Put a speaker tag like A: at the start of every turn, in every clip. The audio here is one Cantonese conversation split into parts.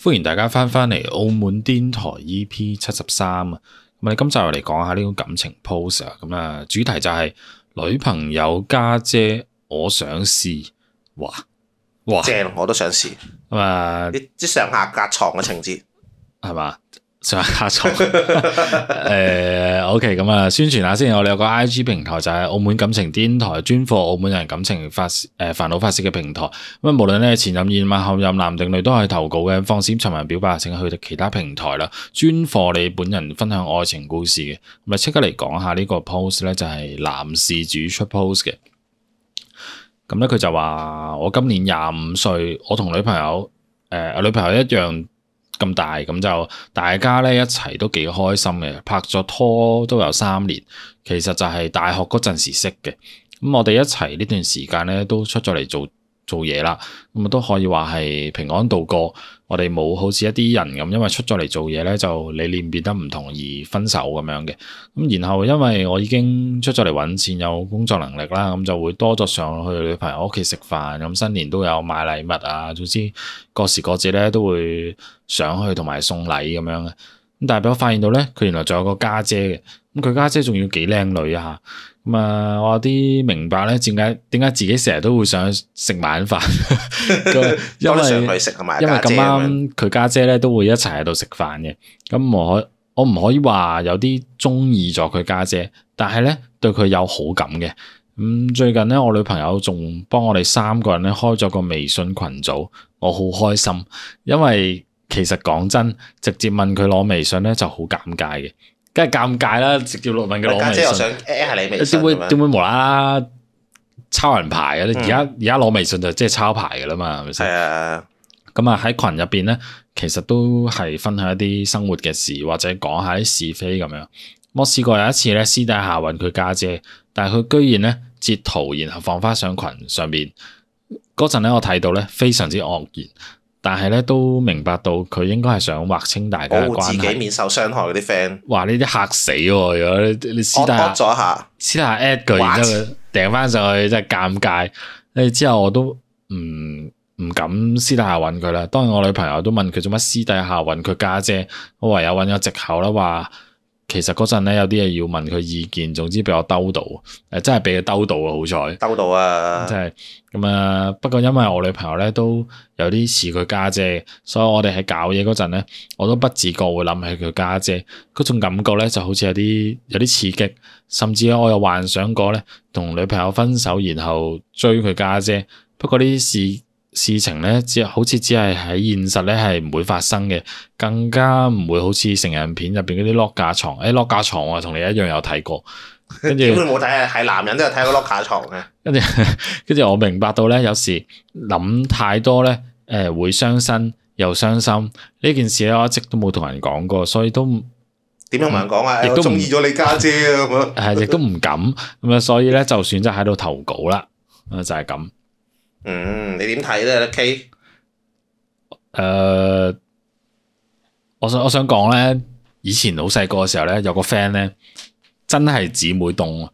A: 歡迎大家翻返嚟澳門癲台 EP 七十三啊！咁我哋今集又嚟講下呢種感情 pose 啊，咁啊主題就係女朋友家姐我想試，哇哇
B: 正，我都想試。
A: 咁啊
B: 啲啲上下隔床嘅情節，
A: 係嘛？ 上下床 誒，OK，咁啊，宣傳下先。我哋有個 IG 平台就係澳門感情癲台，專貨澳門人感情發誒煩惱發泄嘅平台。咁啊，無論咧前任、現任、後任、男定女都係投稿嘅，放閃、尋人表白，請去到其他平台啦。專貨你本人分享愛情故事嘅。咁啊，即刻嚟講下呢個 post 咧，就係男事主出 post 嘅。咁咧，佢就話：我今年廿五歲，我同女朋友誒、呃女朋友一樣咁大，咁就大家咧一齊都幾開心嘅，拍咗拖都有三年，其實就係大學嗰陣時識嘅。咁我哋一齊呢段時間咧都出咗嚟做做嘢啦，咁啊都可以話係平安度過。我哋冇好似一啲人咁，因為出咗嚟做嘢咧就理念變得唔同而分手咁樣嘅。咁然後因為我已經出咗嚟揾錢，有工作能力啦，咁就會多咗上去女朋友屋企食飯，咁新年都有買禮物啊，總之各時各節咧都會上去同埋送禮咁樣嘅。咁但係俾我發現到咧，佢原來仲有個家姐嘅，咁佢家姐仲要幾靚女啊！咁啊，我有啲明白咧，點解點解自己成日都會想去食晚飯，咁因
B: 多啲上
A: 為
B: 去食同埋
A: 因為
B: 家
A: 咁
B: 姐咁樣。
A: 啱佢家姐咧都會一齊喺度食飯嘅，咁我可我唔可以話有啲中意咗佢家姐，但係咧對佢有好感嘅。咁、最近咧，我女朋友仲幫我哋三個人咧開咗個微信群組，我好開心，因為其實講真，直接問佢攞微信咧就好尷尬嘅，梗係尷尬啦，直接問佢攞
B: 家
A: 微
B: 姐，我
A: 信。
B: 想 at 下你微信
A: 點會
B: 咁
A: 點
B: 樣。
A: 會無啦啦抄人牌嘅咧？
B: 嗯
A: 而家而家攞微信就即係抄牌嘅啦嘛，係咪
B: 係
A: 先？
B: 啊，
A: 咁啊喺群入邊咧，其實都係分享一啲生活嘅事，或者講下啲是非咁樣。我試過有一次咧，私底下揾佢家姐，但係佢居然咧截圖，然後放翻上群上邊嗰陣咧，我睇到咧非常之愕然，但係咧都明白到佢應該係想劃清大
B: 保
A: 家嘅
B: 護
A: 關
B: 自己
A: 係。
B: 免受傷害嗰啲 friend，
A: 哇！呢啲嚇死喎！如果你你私
B: 我
A: 底下
B: at 咗一下，
A: 私底下 at 佢，然
B: What？
A: 之後佢掟翻上去，真係尷尬。誒之後我都唔唔敢私底下揾佢啦。當然我女朋友都問佢做乜私底下揾佢家姐，我唯有揾個藉口啦，話其實嗰陣咧有啲嘢要問佢意見，總之俾我兜到，誒真係俾佢兜到啊！好彩。
B: 兜到啊
A: 即！係咁啊！不過因為我女朋友咧都有啲似佢家姐，所以我哋喺搞嘢嗰陣咧，我都不自覺會諗起佢家姐嗰種感覺咧，就好似有啲有啲刺激，甚至我有幻想過咧同女朋友分手，然後追佢家姐。不過呢啲事事情咧，只好似只係喺現實咧係唔會發生嘅，更加唔會好似成人片入邊嗰啲落架床。誒、落架床我同你一樣有睇過，跟住
B: 點。會冇睇啊？係男人都有睇過碌架床嘅，
A: 跟住 跟住我明白到咧，有時諗太多咧，誒、會傷身又傷心呢件事咧，我一直都冇同人講過，所以都唔
B: 點樣同人講啊？
A: 嗯亦都
B: 哎
A: 唔
B: 我中意咗你家姐啊咁樣。
A: 誒亦都唔敢咁啊，所以咧就選擇喺度投稿啦，啊就係、咁。
B: 嗯，你點睇咧？K，
A: 誒、我想我想講咧，以前好細個嘅時候咧，有個 friend 咧真係姊妹檔，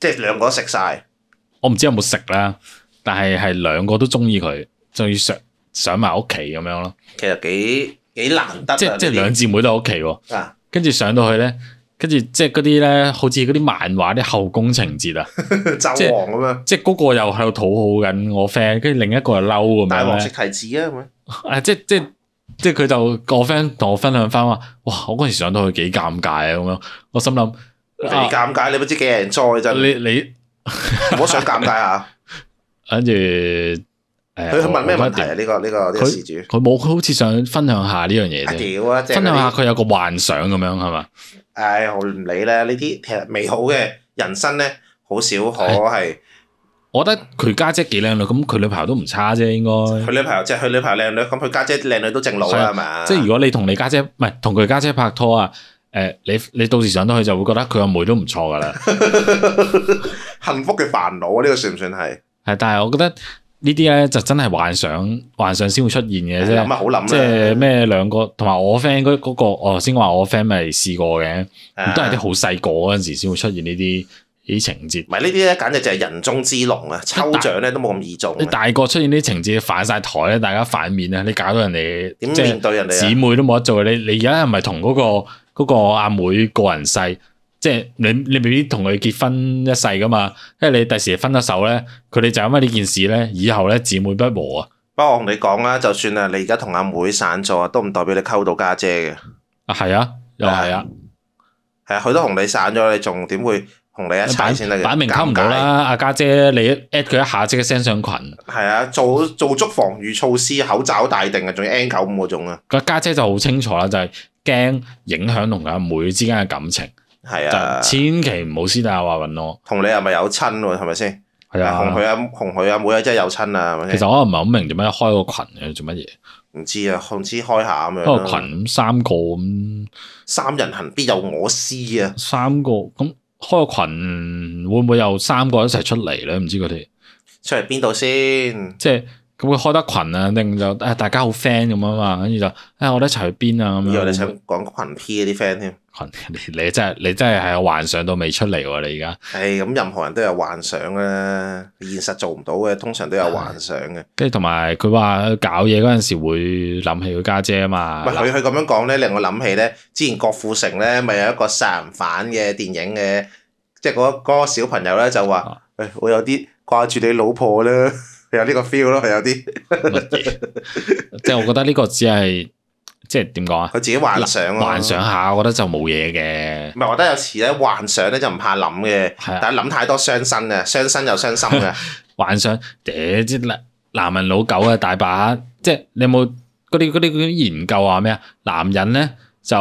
B: 即係兩個都食晒，
A: 我唔知有冇食啦，但係係兩個都中意佢，仲要上上埋屋企咁樣咯，
B: 其實幾幾難得啊
A: 即係即係
B: 呢啲
A: 兩姊妹都喺屋企喎。
B: 啊！
A: 跟住上到去咧，跟住即係嗰啲咧，好似嗰啲漫畫啲後宮情節 啊，即係
B: 紂王咁樣，
A: 即係嗰個又喺度討好緊我 friend，跟住另一個又嬲咁
B: 大王
A: 樣
B: 食
A: 咧，
B: 提子啊咁樣。
A: 啊即係即係即係佢就個 friend 同我分享翻話，哇！我嗰時上到去幾尷尬啊咁樣，我心諗
B: 你
A: 啊
B: 尷尬，你不知幾人災真。
A: 你你
B: 我想尷尬 下，
A: 跟住誒，
B: 佢佢問咩問題啊？
A: 哎我
B: 呢個呢個呢個事主。
A: 佢冇，佢好似想分享下呢樣嘢
B: 啊
A: 啫，
B: 屌啊！即係
A: 分享
B: 嗰
A: 下
B: 啲
A: 佢有個幻想咁樣係嘛？
B: 唉，我唔理啦。呢啲其實美好嘅人生咧，好少可係
A: 我覺得佢家姐幾靚女，咁佢女朋友都唔差啫，應該。
B: 佢女朋友，即係佢女朋友靚女，咁佢家姐靚女都正路啦，係啊嘛？
A: 即係如果你同你家姐唔係同佢家姐拍拖啊，誒、你你到時上到去就會覺得佢個妹都唔錯噶 啦。
B: 幸福嘅煩惱啊！呢個算唔算係？
A: 係，但係我覺得呢啲咧就真係幻想，幻想先會出現嘅
B: 諗
A: 啫。
B: 啊，好諗啦。
A: 即係咩兩個同埋我 friend 嗰嗰個，我頭先話我 friend 咪試過嘅，
B: 啊
A: 都係啲好細個嗰陣時先會出現呢啲啲情節。
B: 唔係呢啲咧，簡直就係人中之龍啊！抽獎咧都冇咁易中
A: 你
B: 啊，
A: 大個出現啲情節反晒台咧，大家反面啊，你搞到人哋
B: 點
A: 即
B: 面
A: 係
B: 對人
A: 姊
B: 哋啊？
A: 妹都冇得做。你你而家係咪同嗰個嗰、個阿妹個人世？即係你你未必同佢結婚一世噶嘛，因為你第時分咗手咧，佢哋就因為呢件事咧，以後咧姊妹不和啊。
B: 不過我同你講啦，就算啊，你而家同阿妹散咗啊，都唔代表你溝到家姐嘅。
A: 啊係啊，又係啊，
B: 係啊，佢都同你散咗，你仲點會同啊你一齊先得嘅？
A: 嗯擺明溝唔到
B: 尷尬。
A: 啦。阿家姐你一 at 佢一下即刻 send 上群，
B: 係啊，做做足防禦措施，口罩戴定啊，仲要 N 九五嗰種啊，
A: 個家姐就好清楚啦，就係、驚影響同阿妹之間嘅感情，
B: 係
A: 就
B: 啊，
A: 千祈唔好私底下話揾我。
B: 同你係咪有親喎？係咪先？
A: 係啊，
B: 紅佢阿紅佢阿妹啊，真係有親啊，係咪
A: 其
B: 先？
A: 實我唔係好明點解開個群嘅做乜嘢？
B: 唔知啊，唔知開下咁
A: 開個
B: 樣啦。
A: 群咁三個咁
B: 三人行必有我師啊！
A: 三個咁開個群會唔會有三個一齊出嚟咧？唔知佢哋
B: 出嚟邊度先？
A: 即係咁佢開得群啊，定就誒大家好 friend 咁啊嘛，跟住就誒我哋一齊去邊啊咁
B: 以為你想
A: 樣。
B: 講群 P 嗰啲 friend 添。
A: 群 你你真係你真係係幻想到未出嚟喎！你而家
B: 唉，咁任何人都有幻想啦，現實做唔到嘅，通常都有幻想嘅。
A: 跟住同埋佢話搞嘢嗰陣時會諗起佢家姐啊嘛
B: 唔。係佢佢咁樣講咧，令我諗起咧，之前郭富城咧咪有一個殺人犯嘅電影嘅，即係嗰嗰個小朋友咧就話：，誒、我有啲掛住你老婆啦， 有呢個 feel 咯，佢有啲
A: 乜嘢？ 即係我覺得呢個只係即係點講啊
B: 佢？自己幻想咯。
A: 幻想下，我覺得就冇嘢嘅。
B: 唔係，我覺得有時咧幻想咧就唔怕諗嘅，
A: 係啊。
B: 但係諗太多傷身啊，傷身又傷 心嘅。
A: 幻想，嗲即男男人老狗啊，大把，即係你有冇嗰啲嗰啲嗰啲研究話咩啊？男人咧就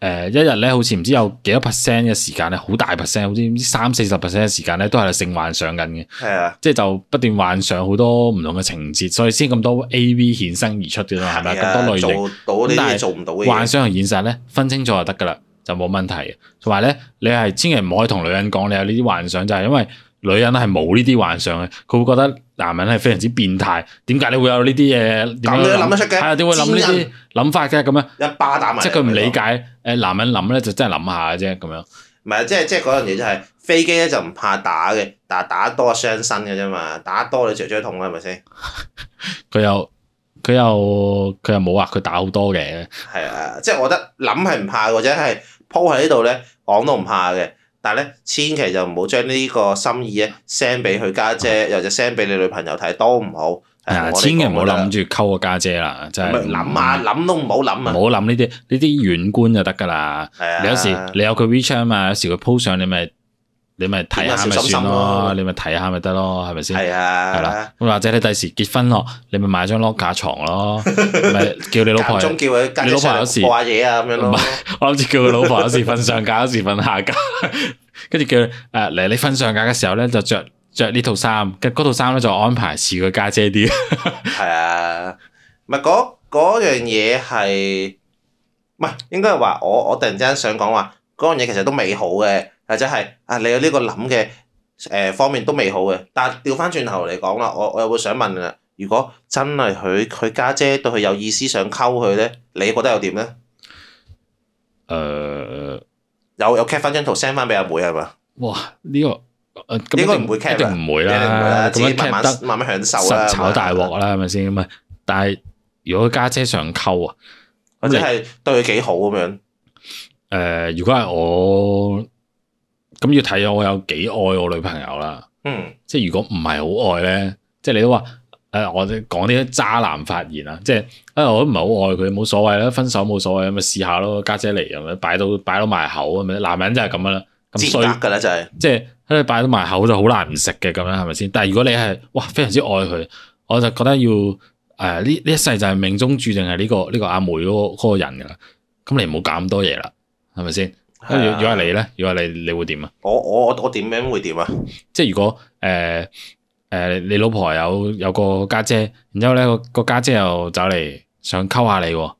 A: 誒、呃一日咧，好似唔知有幾多 percent 嘅時間咧，好大 percent，好似唔知三四十 percent 嘅時間咧，都係性幻想緊嘅，
B: 係啊，
A: 即係就不斷幻想好多唔同嘅情節，所以先咁多 A.V. 衍生而出嘅嘛，係咪
B: 係
A: 咁
B: 啊
A: 多類型？
B: 做到呢
A: 咁但
B: 啲
A: 係
B: 嘢做唔到嘅
A: 幻
B: 嘢。
A: 想同現實咧分清楚就得噶啦，就冇問題嘅。同埋咧，你係千祈唔可以同女人講你有呢啲幻想，就係因為女人係冇呢啲幻想嘅，佢會覺得男人係非常之變態。點解你會有呢啲嘢？
B: 咁你都諗得出嘅
A: 係啊，點會諗呢
B: 賤
A: 啲
B: 人啊
A: 諗法嘅咁樣？
B: 一巴打埋嚟，
A: 即係佢唔理解誒男人諗咧，就真係諗下嘅啫咁樣。
B: 唔係，即係即係嗰樣嘢就係、飛機咧就唔怕打嘅，但係打多傷身嘅啫嘛，打多你嘴嘴痛啦，係咪先？
A: 佢又佢又佢又冇話佢打好多嘅，
B: 係啊，即係我覺得諗係唔怕，或者係鋪喺呢度咧講都唔怕嘅，但係咧千祈就唔好將呢個心意咧 send 俾佢家姐，又或者 send 俾你女朋友睇都唔好。
A: 係啊，
B: 哦我哋
A: 千祈唔好
B: 講啦
A: 諗住溝個家姐啦，真係
B: 咪諗下諗都唔好
A: 唔
B: 諗
A: 好
B: 啊！
A: 諗呢啲呢啲遠觀就得噶啦。
B: 係啊，
A: 你有時你有佢 WeChat 啊嘛，有時佢 po 上你咪你咪睇下咪
B: 啊小心心
A: 算
B: 咯
A: 咯，你咪睇下咪得咯，係咪先？
B: 係
A: 係
B: 啊
A: 啦，，咁或者你第時結婚咯，你咪買張 lock 架床 咯，咪叫你老婆
B: 間，中叫佢家姐
A: 你老
B: 上
A: 婆有
B: 嚟
A: 時
B: 播下嘢啊咁樣
A: 唔
B: 咯。
A: 我諗住叫佢老婆有時瞓上架，有時瞓下架，跟住叫佢誒嚟你瞓上架嘅時候咧就着着呢套衫，跟嗰套衫咧就安排似佢家姐啲，
B: 係啊，唔係嗰嗰樣嘢係，唔係應該係話我我突然之間想講話嗰樣嘢其實都美好嘅，或者係啊你有呢個諗嘅誒方面都美好嘅，但係調翻轉頭嚟講啦，我我又會想問啦，如果真係佢佢家姐對佢有意思想溝佢咧，你覺得又點咧？
A: 誒
B: 有有 cap 翻張圖 send 翻俾阿妹係嘛？
A: 呃哇呢個誒咁
B: 應該
A: 一定
B: 唔會 cap
A: 一定唔會
B: 你明唔明
A: 啦，
B: 啊？自
A: 咁
B: 己
A: 樣 cap
B: 慢慢
A: 得。
B: 慢慢享受啦，啊
A: 實炒大
B: 係嘛
A: 鑊啦，係咪先咁啊？但係如果家姐想溝啊，
B: 或者係對佢幾好咁樣。
A: 誒、呃如果係我咁要睇我有幾愛我女朋友啦。
B: 嗯，
A: 即係如果唔係好愛咧，即係你都話誒、呃我哋講啲渣男發言啊，即係啊，我都唔係好愛佢，冇所謂啦，分手冇所謂，咁咪試下咯，家姐嚟咁樣擺到擺到埋口咁樣，男人就係咁樣啦，咁
B: 賤
A: 衰
B: 格㗎啦就係。
A: 即係喺你擺到埋口就好難唔食嘅咁樣，係咪先？但係如果你係哇非常之愛佢，我就覺得要誒呢呢一世就係命中注定係呢個呢、個阿妹嗰、個嗰個人噶啦。咁你唔好搞咁多嘢啦，係咪先？如
B: 係啊
A: 果如果係你咧，如果係你，你會點啊？
B: 我我我我點樣會點啊？
A: 即係如果誒誒、你老婆有有個家姐然之後咧個個家姐又走嚟想溝下你喎，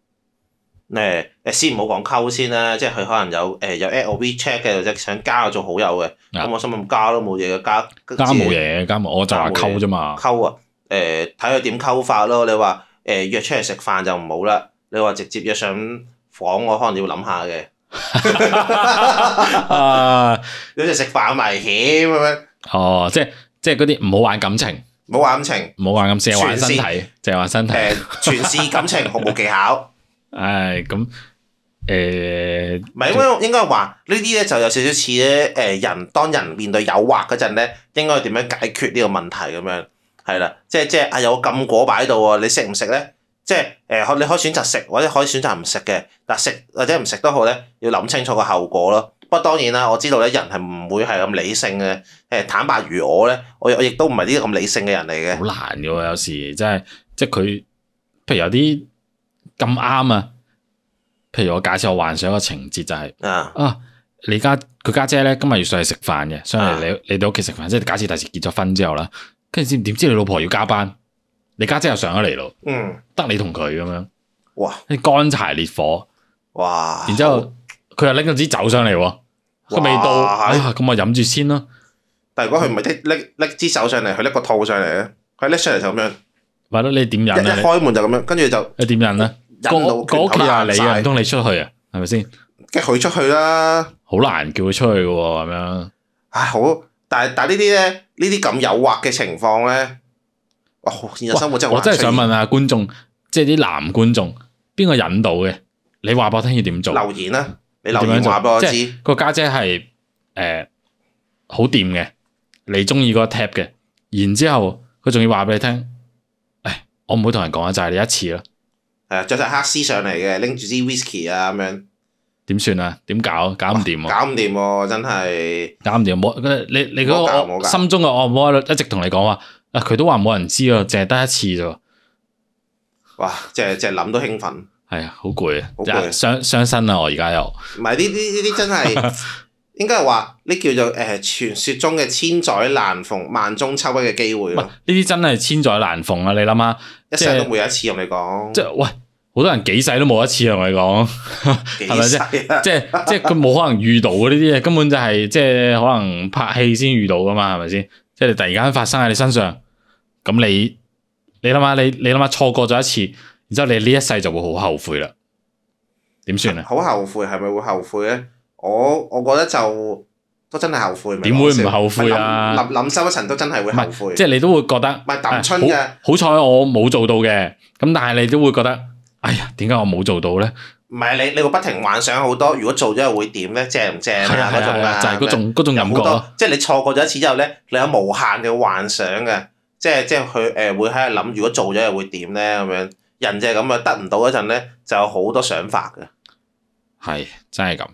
B: 誒誒先唔好講溝先啦，即係佢可能有誒有 at 我 WeChat 嘅，或者想加我做好友嘅，
A: 啊
B: 咁我心諗加都冇嘢嘅，加
A: 家冇嘢，家冇，我就話
B: 家冇嘢
A: 溝啫嘛。
B: 溝啊！誒睇佢點溝法咯。你 話誒約出嚟食飯就唔好啦，你話直接約上房，我可能要諗下嘅。
A: 啊，
B: 有時食飯危險咁樣，
A: 哦，即係即係嗰啲唔好玩感情，
B: 唔好玩感情，
A: 唔好玩咁，淨係玩身體
B: 全，
A: 淨係玩身體。
B: 誒全是感情，毫無技巧。
A: 唉，咁誒
B: 唔係應該應該話呢啲咧就有少少似咧誒人當人面對誘惑嗰陣咧，應該點樣解決呢個問題咁樣係啦，即係即係啊有個禁果擺喺度喎，你食唔食咧？即係誒、可你可以選擇食或者可以選擇唔食嘅，但食或者唔食都好咧，要諗清楚個後果咯。不過當然啦，我知道咧人係唔會係咁理性嘅，誒坦白如我咧，我我亦都唔係呢啲咁理性嘅人嚟嘅。
A: 好難嘅喎，有時真係即係佢，譬如有啲咁啱啊，譬如我假設我幻想一個情節就係、
B: 啊
A: 啊，你家佢家姐咧今日要上去食飯嘅，上嚟
B: 啊
A: 你你哋屋企食飯，即係假設第時結咗婚之後啦，跟住知點知你老婆要加班，你家姐又上咗嚟咯，
B: 嗯，
A: 得你同佢咁樣，
B: 哇
A: 你乾柴烈火，
B: 哇，
A: 然之後佢又拎咗支酒上嚟喎，個味道，
B: 啊哇
A: 哎呀咁我飲住先啦，
B: 但如果佢唔係拎拎拎支手上嚟，佢拎個套上嚟咧，佢拎上嚟就咁樣，
A: 咪咯你點
B: 一
A: 忍啊
B: 一
A: 你？
B: 開門就咁樣，跟住就
A: 你點忍啊？
B: 引到
A: 嗰嗰屋
B: 拳
A: 企
B: 頭
A: 又係
B: 爛
A: 你啊，
B: 晒
A: 唔，通你出去啊？係咪先？
B: 跟住佢出去啦。
A: 好難叫佢出去嘅喎，咁樣
B: 唉，好，但係但係呢啲咧，呢啲咁誘惑嘅情況咧，哇！現實生活真係好
A: 我真係
B: 難
A: 想
B: 出現
A: 問下觀眾，即係啲男觀眾，邊個引導嘅？你話俾我聽要點做？
B: 留言啦，你留言話俾我
A: 即
B: 知，
A: 個家姐係誒好掂嘅，你中意嗰個 tap 嘅，然之後佢仲要話俾你聽，誒我唔會同人講啊，就係、你一次啦，
B: 係啊，著晒黑絲上嚟嘅，拎住支 whisky 啊咁樣，
A: 點算啊？點搞？搞唔掂喎，
B: 搞唔掂喎，真係
A: 搞唔掂，冇你你
B: 冇搞
A: 嗰
B: 冇
A: 個
B: 搞
A: 心中嘅按摩一直同你講話，啊佢都話冇人知啊，淨係得一次啫喎，
B: 哇！即係即係諗都興奮。
A: 係啊，好攰啊
B: 好攰啊，
A: 傷傷身啊，我而家又
B: 唔係呢啲呢啲 真係應該係話呢叫做誒、呃、傳説中嘅千載難逢萬中抽一嘅機會
A: 喂
B: 咯
A: 呢，啲真係千載難逢啊！你諗下，
B: 一
A: 即
B: 世
A: 係
B: 都會有一次同你講，
A: 即係喂好多人幾世都冇一次啊，我同你講。
B: 幾
A: 係咪
B: 世啊？
A: 即係即係佢冇可能遇到嘅呢啲嘢，根本就係、即係可能拍戲先遇到噶嘛，係咪先？即係你突然間發生喺你身上，咁你你諗下，你你諗下錯過咗一次，然之後你呢一世就會好後悔啦。點算 啊？
B: 好後悔係咪會後悔咧？我我覺得就都真係後悔，
A: 點會唔後悔啊
B: 諗諗深一層都真係會後悔，
A: 即係你都會覺得
B: 唔係抌春嘅
A: 哎好好彩我冇做到嘅，咁但係你都會覺得，哎呀，點解我冇做到咧？
B: 唔係你你會不停幻想好多，如果做咗又會點咧？正唔正
A: 係
B: 啊
A: 啊
B: 嗰
A: 係
B: 種
A: 啊，
B: 啊？
A: 就係嗰種嗰種
B: 有
A: 感
B: 好
A: 覺咯
B: 多。，即係你錯過咗一次之後咧，你有無限嘅幻想嘅，即係即係佢誒會喺度諗，如果做咗又會點咧咁樣。人就係咁啊，得唔到嗰陣咧，就有好多想法嘅。
A: 係真係咁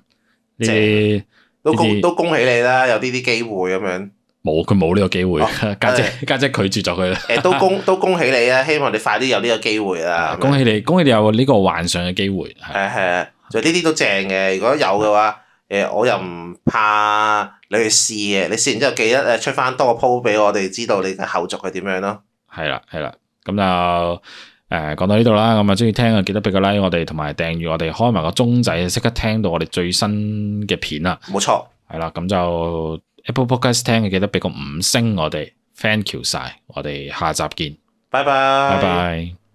A: 呢啲
B: 都
A: 呢
B: 恭
A: 啲
B: 都恭喜你啦，有呢啲機會咁樣。
A: 冇佢冇呢個機會
B: 哦，
A: 家姐家姐拒絕咗佢啦。
B: 誒、都恭都恭喜你啊！希望你快啲有呢個機會 啦。
A: 啊恭喜你，恭喜你有呢個幻想嘅機會，係
B: 係係啊，就呢啲都正嘅。如果有嘅話，誒、我又唔怕你去試嘅。你試完之後記得誒出翻多個 po 俾我哋知道你嘅後續係點樣咯。
A: 係啦係啦，咁就誒講到呢度啦，咁啊中意聽嘅記得俾個 like 我哋，同埋訂閱我哋，開埋個鐘仔，即刻聽到我哋最新嘅片啦，
B: 冇錯，
A: 係啦，咁就 Apple Podcast 聽嘅記得俾個五星我哋，thank you 晒，我哋下集見，
B: 拜拜。
A: 拜拜。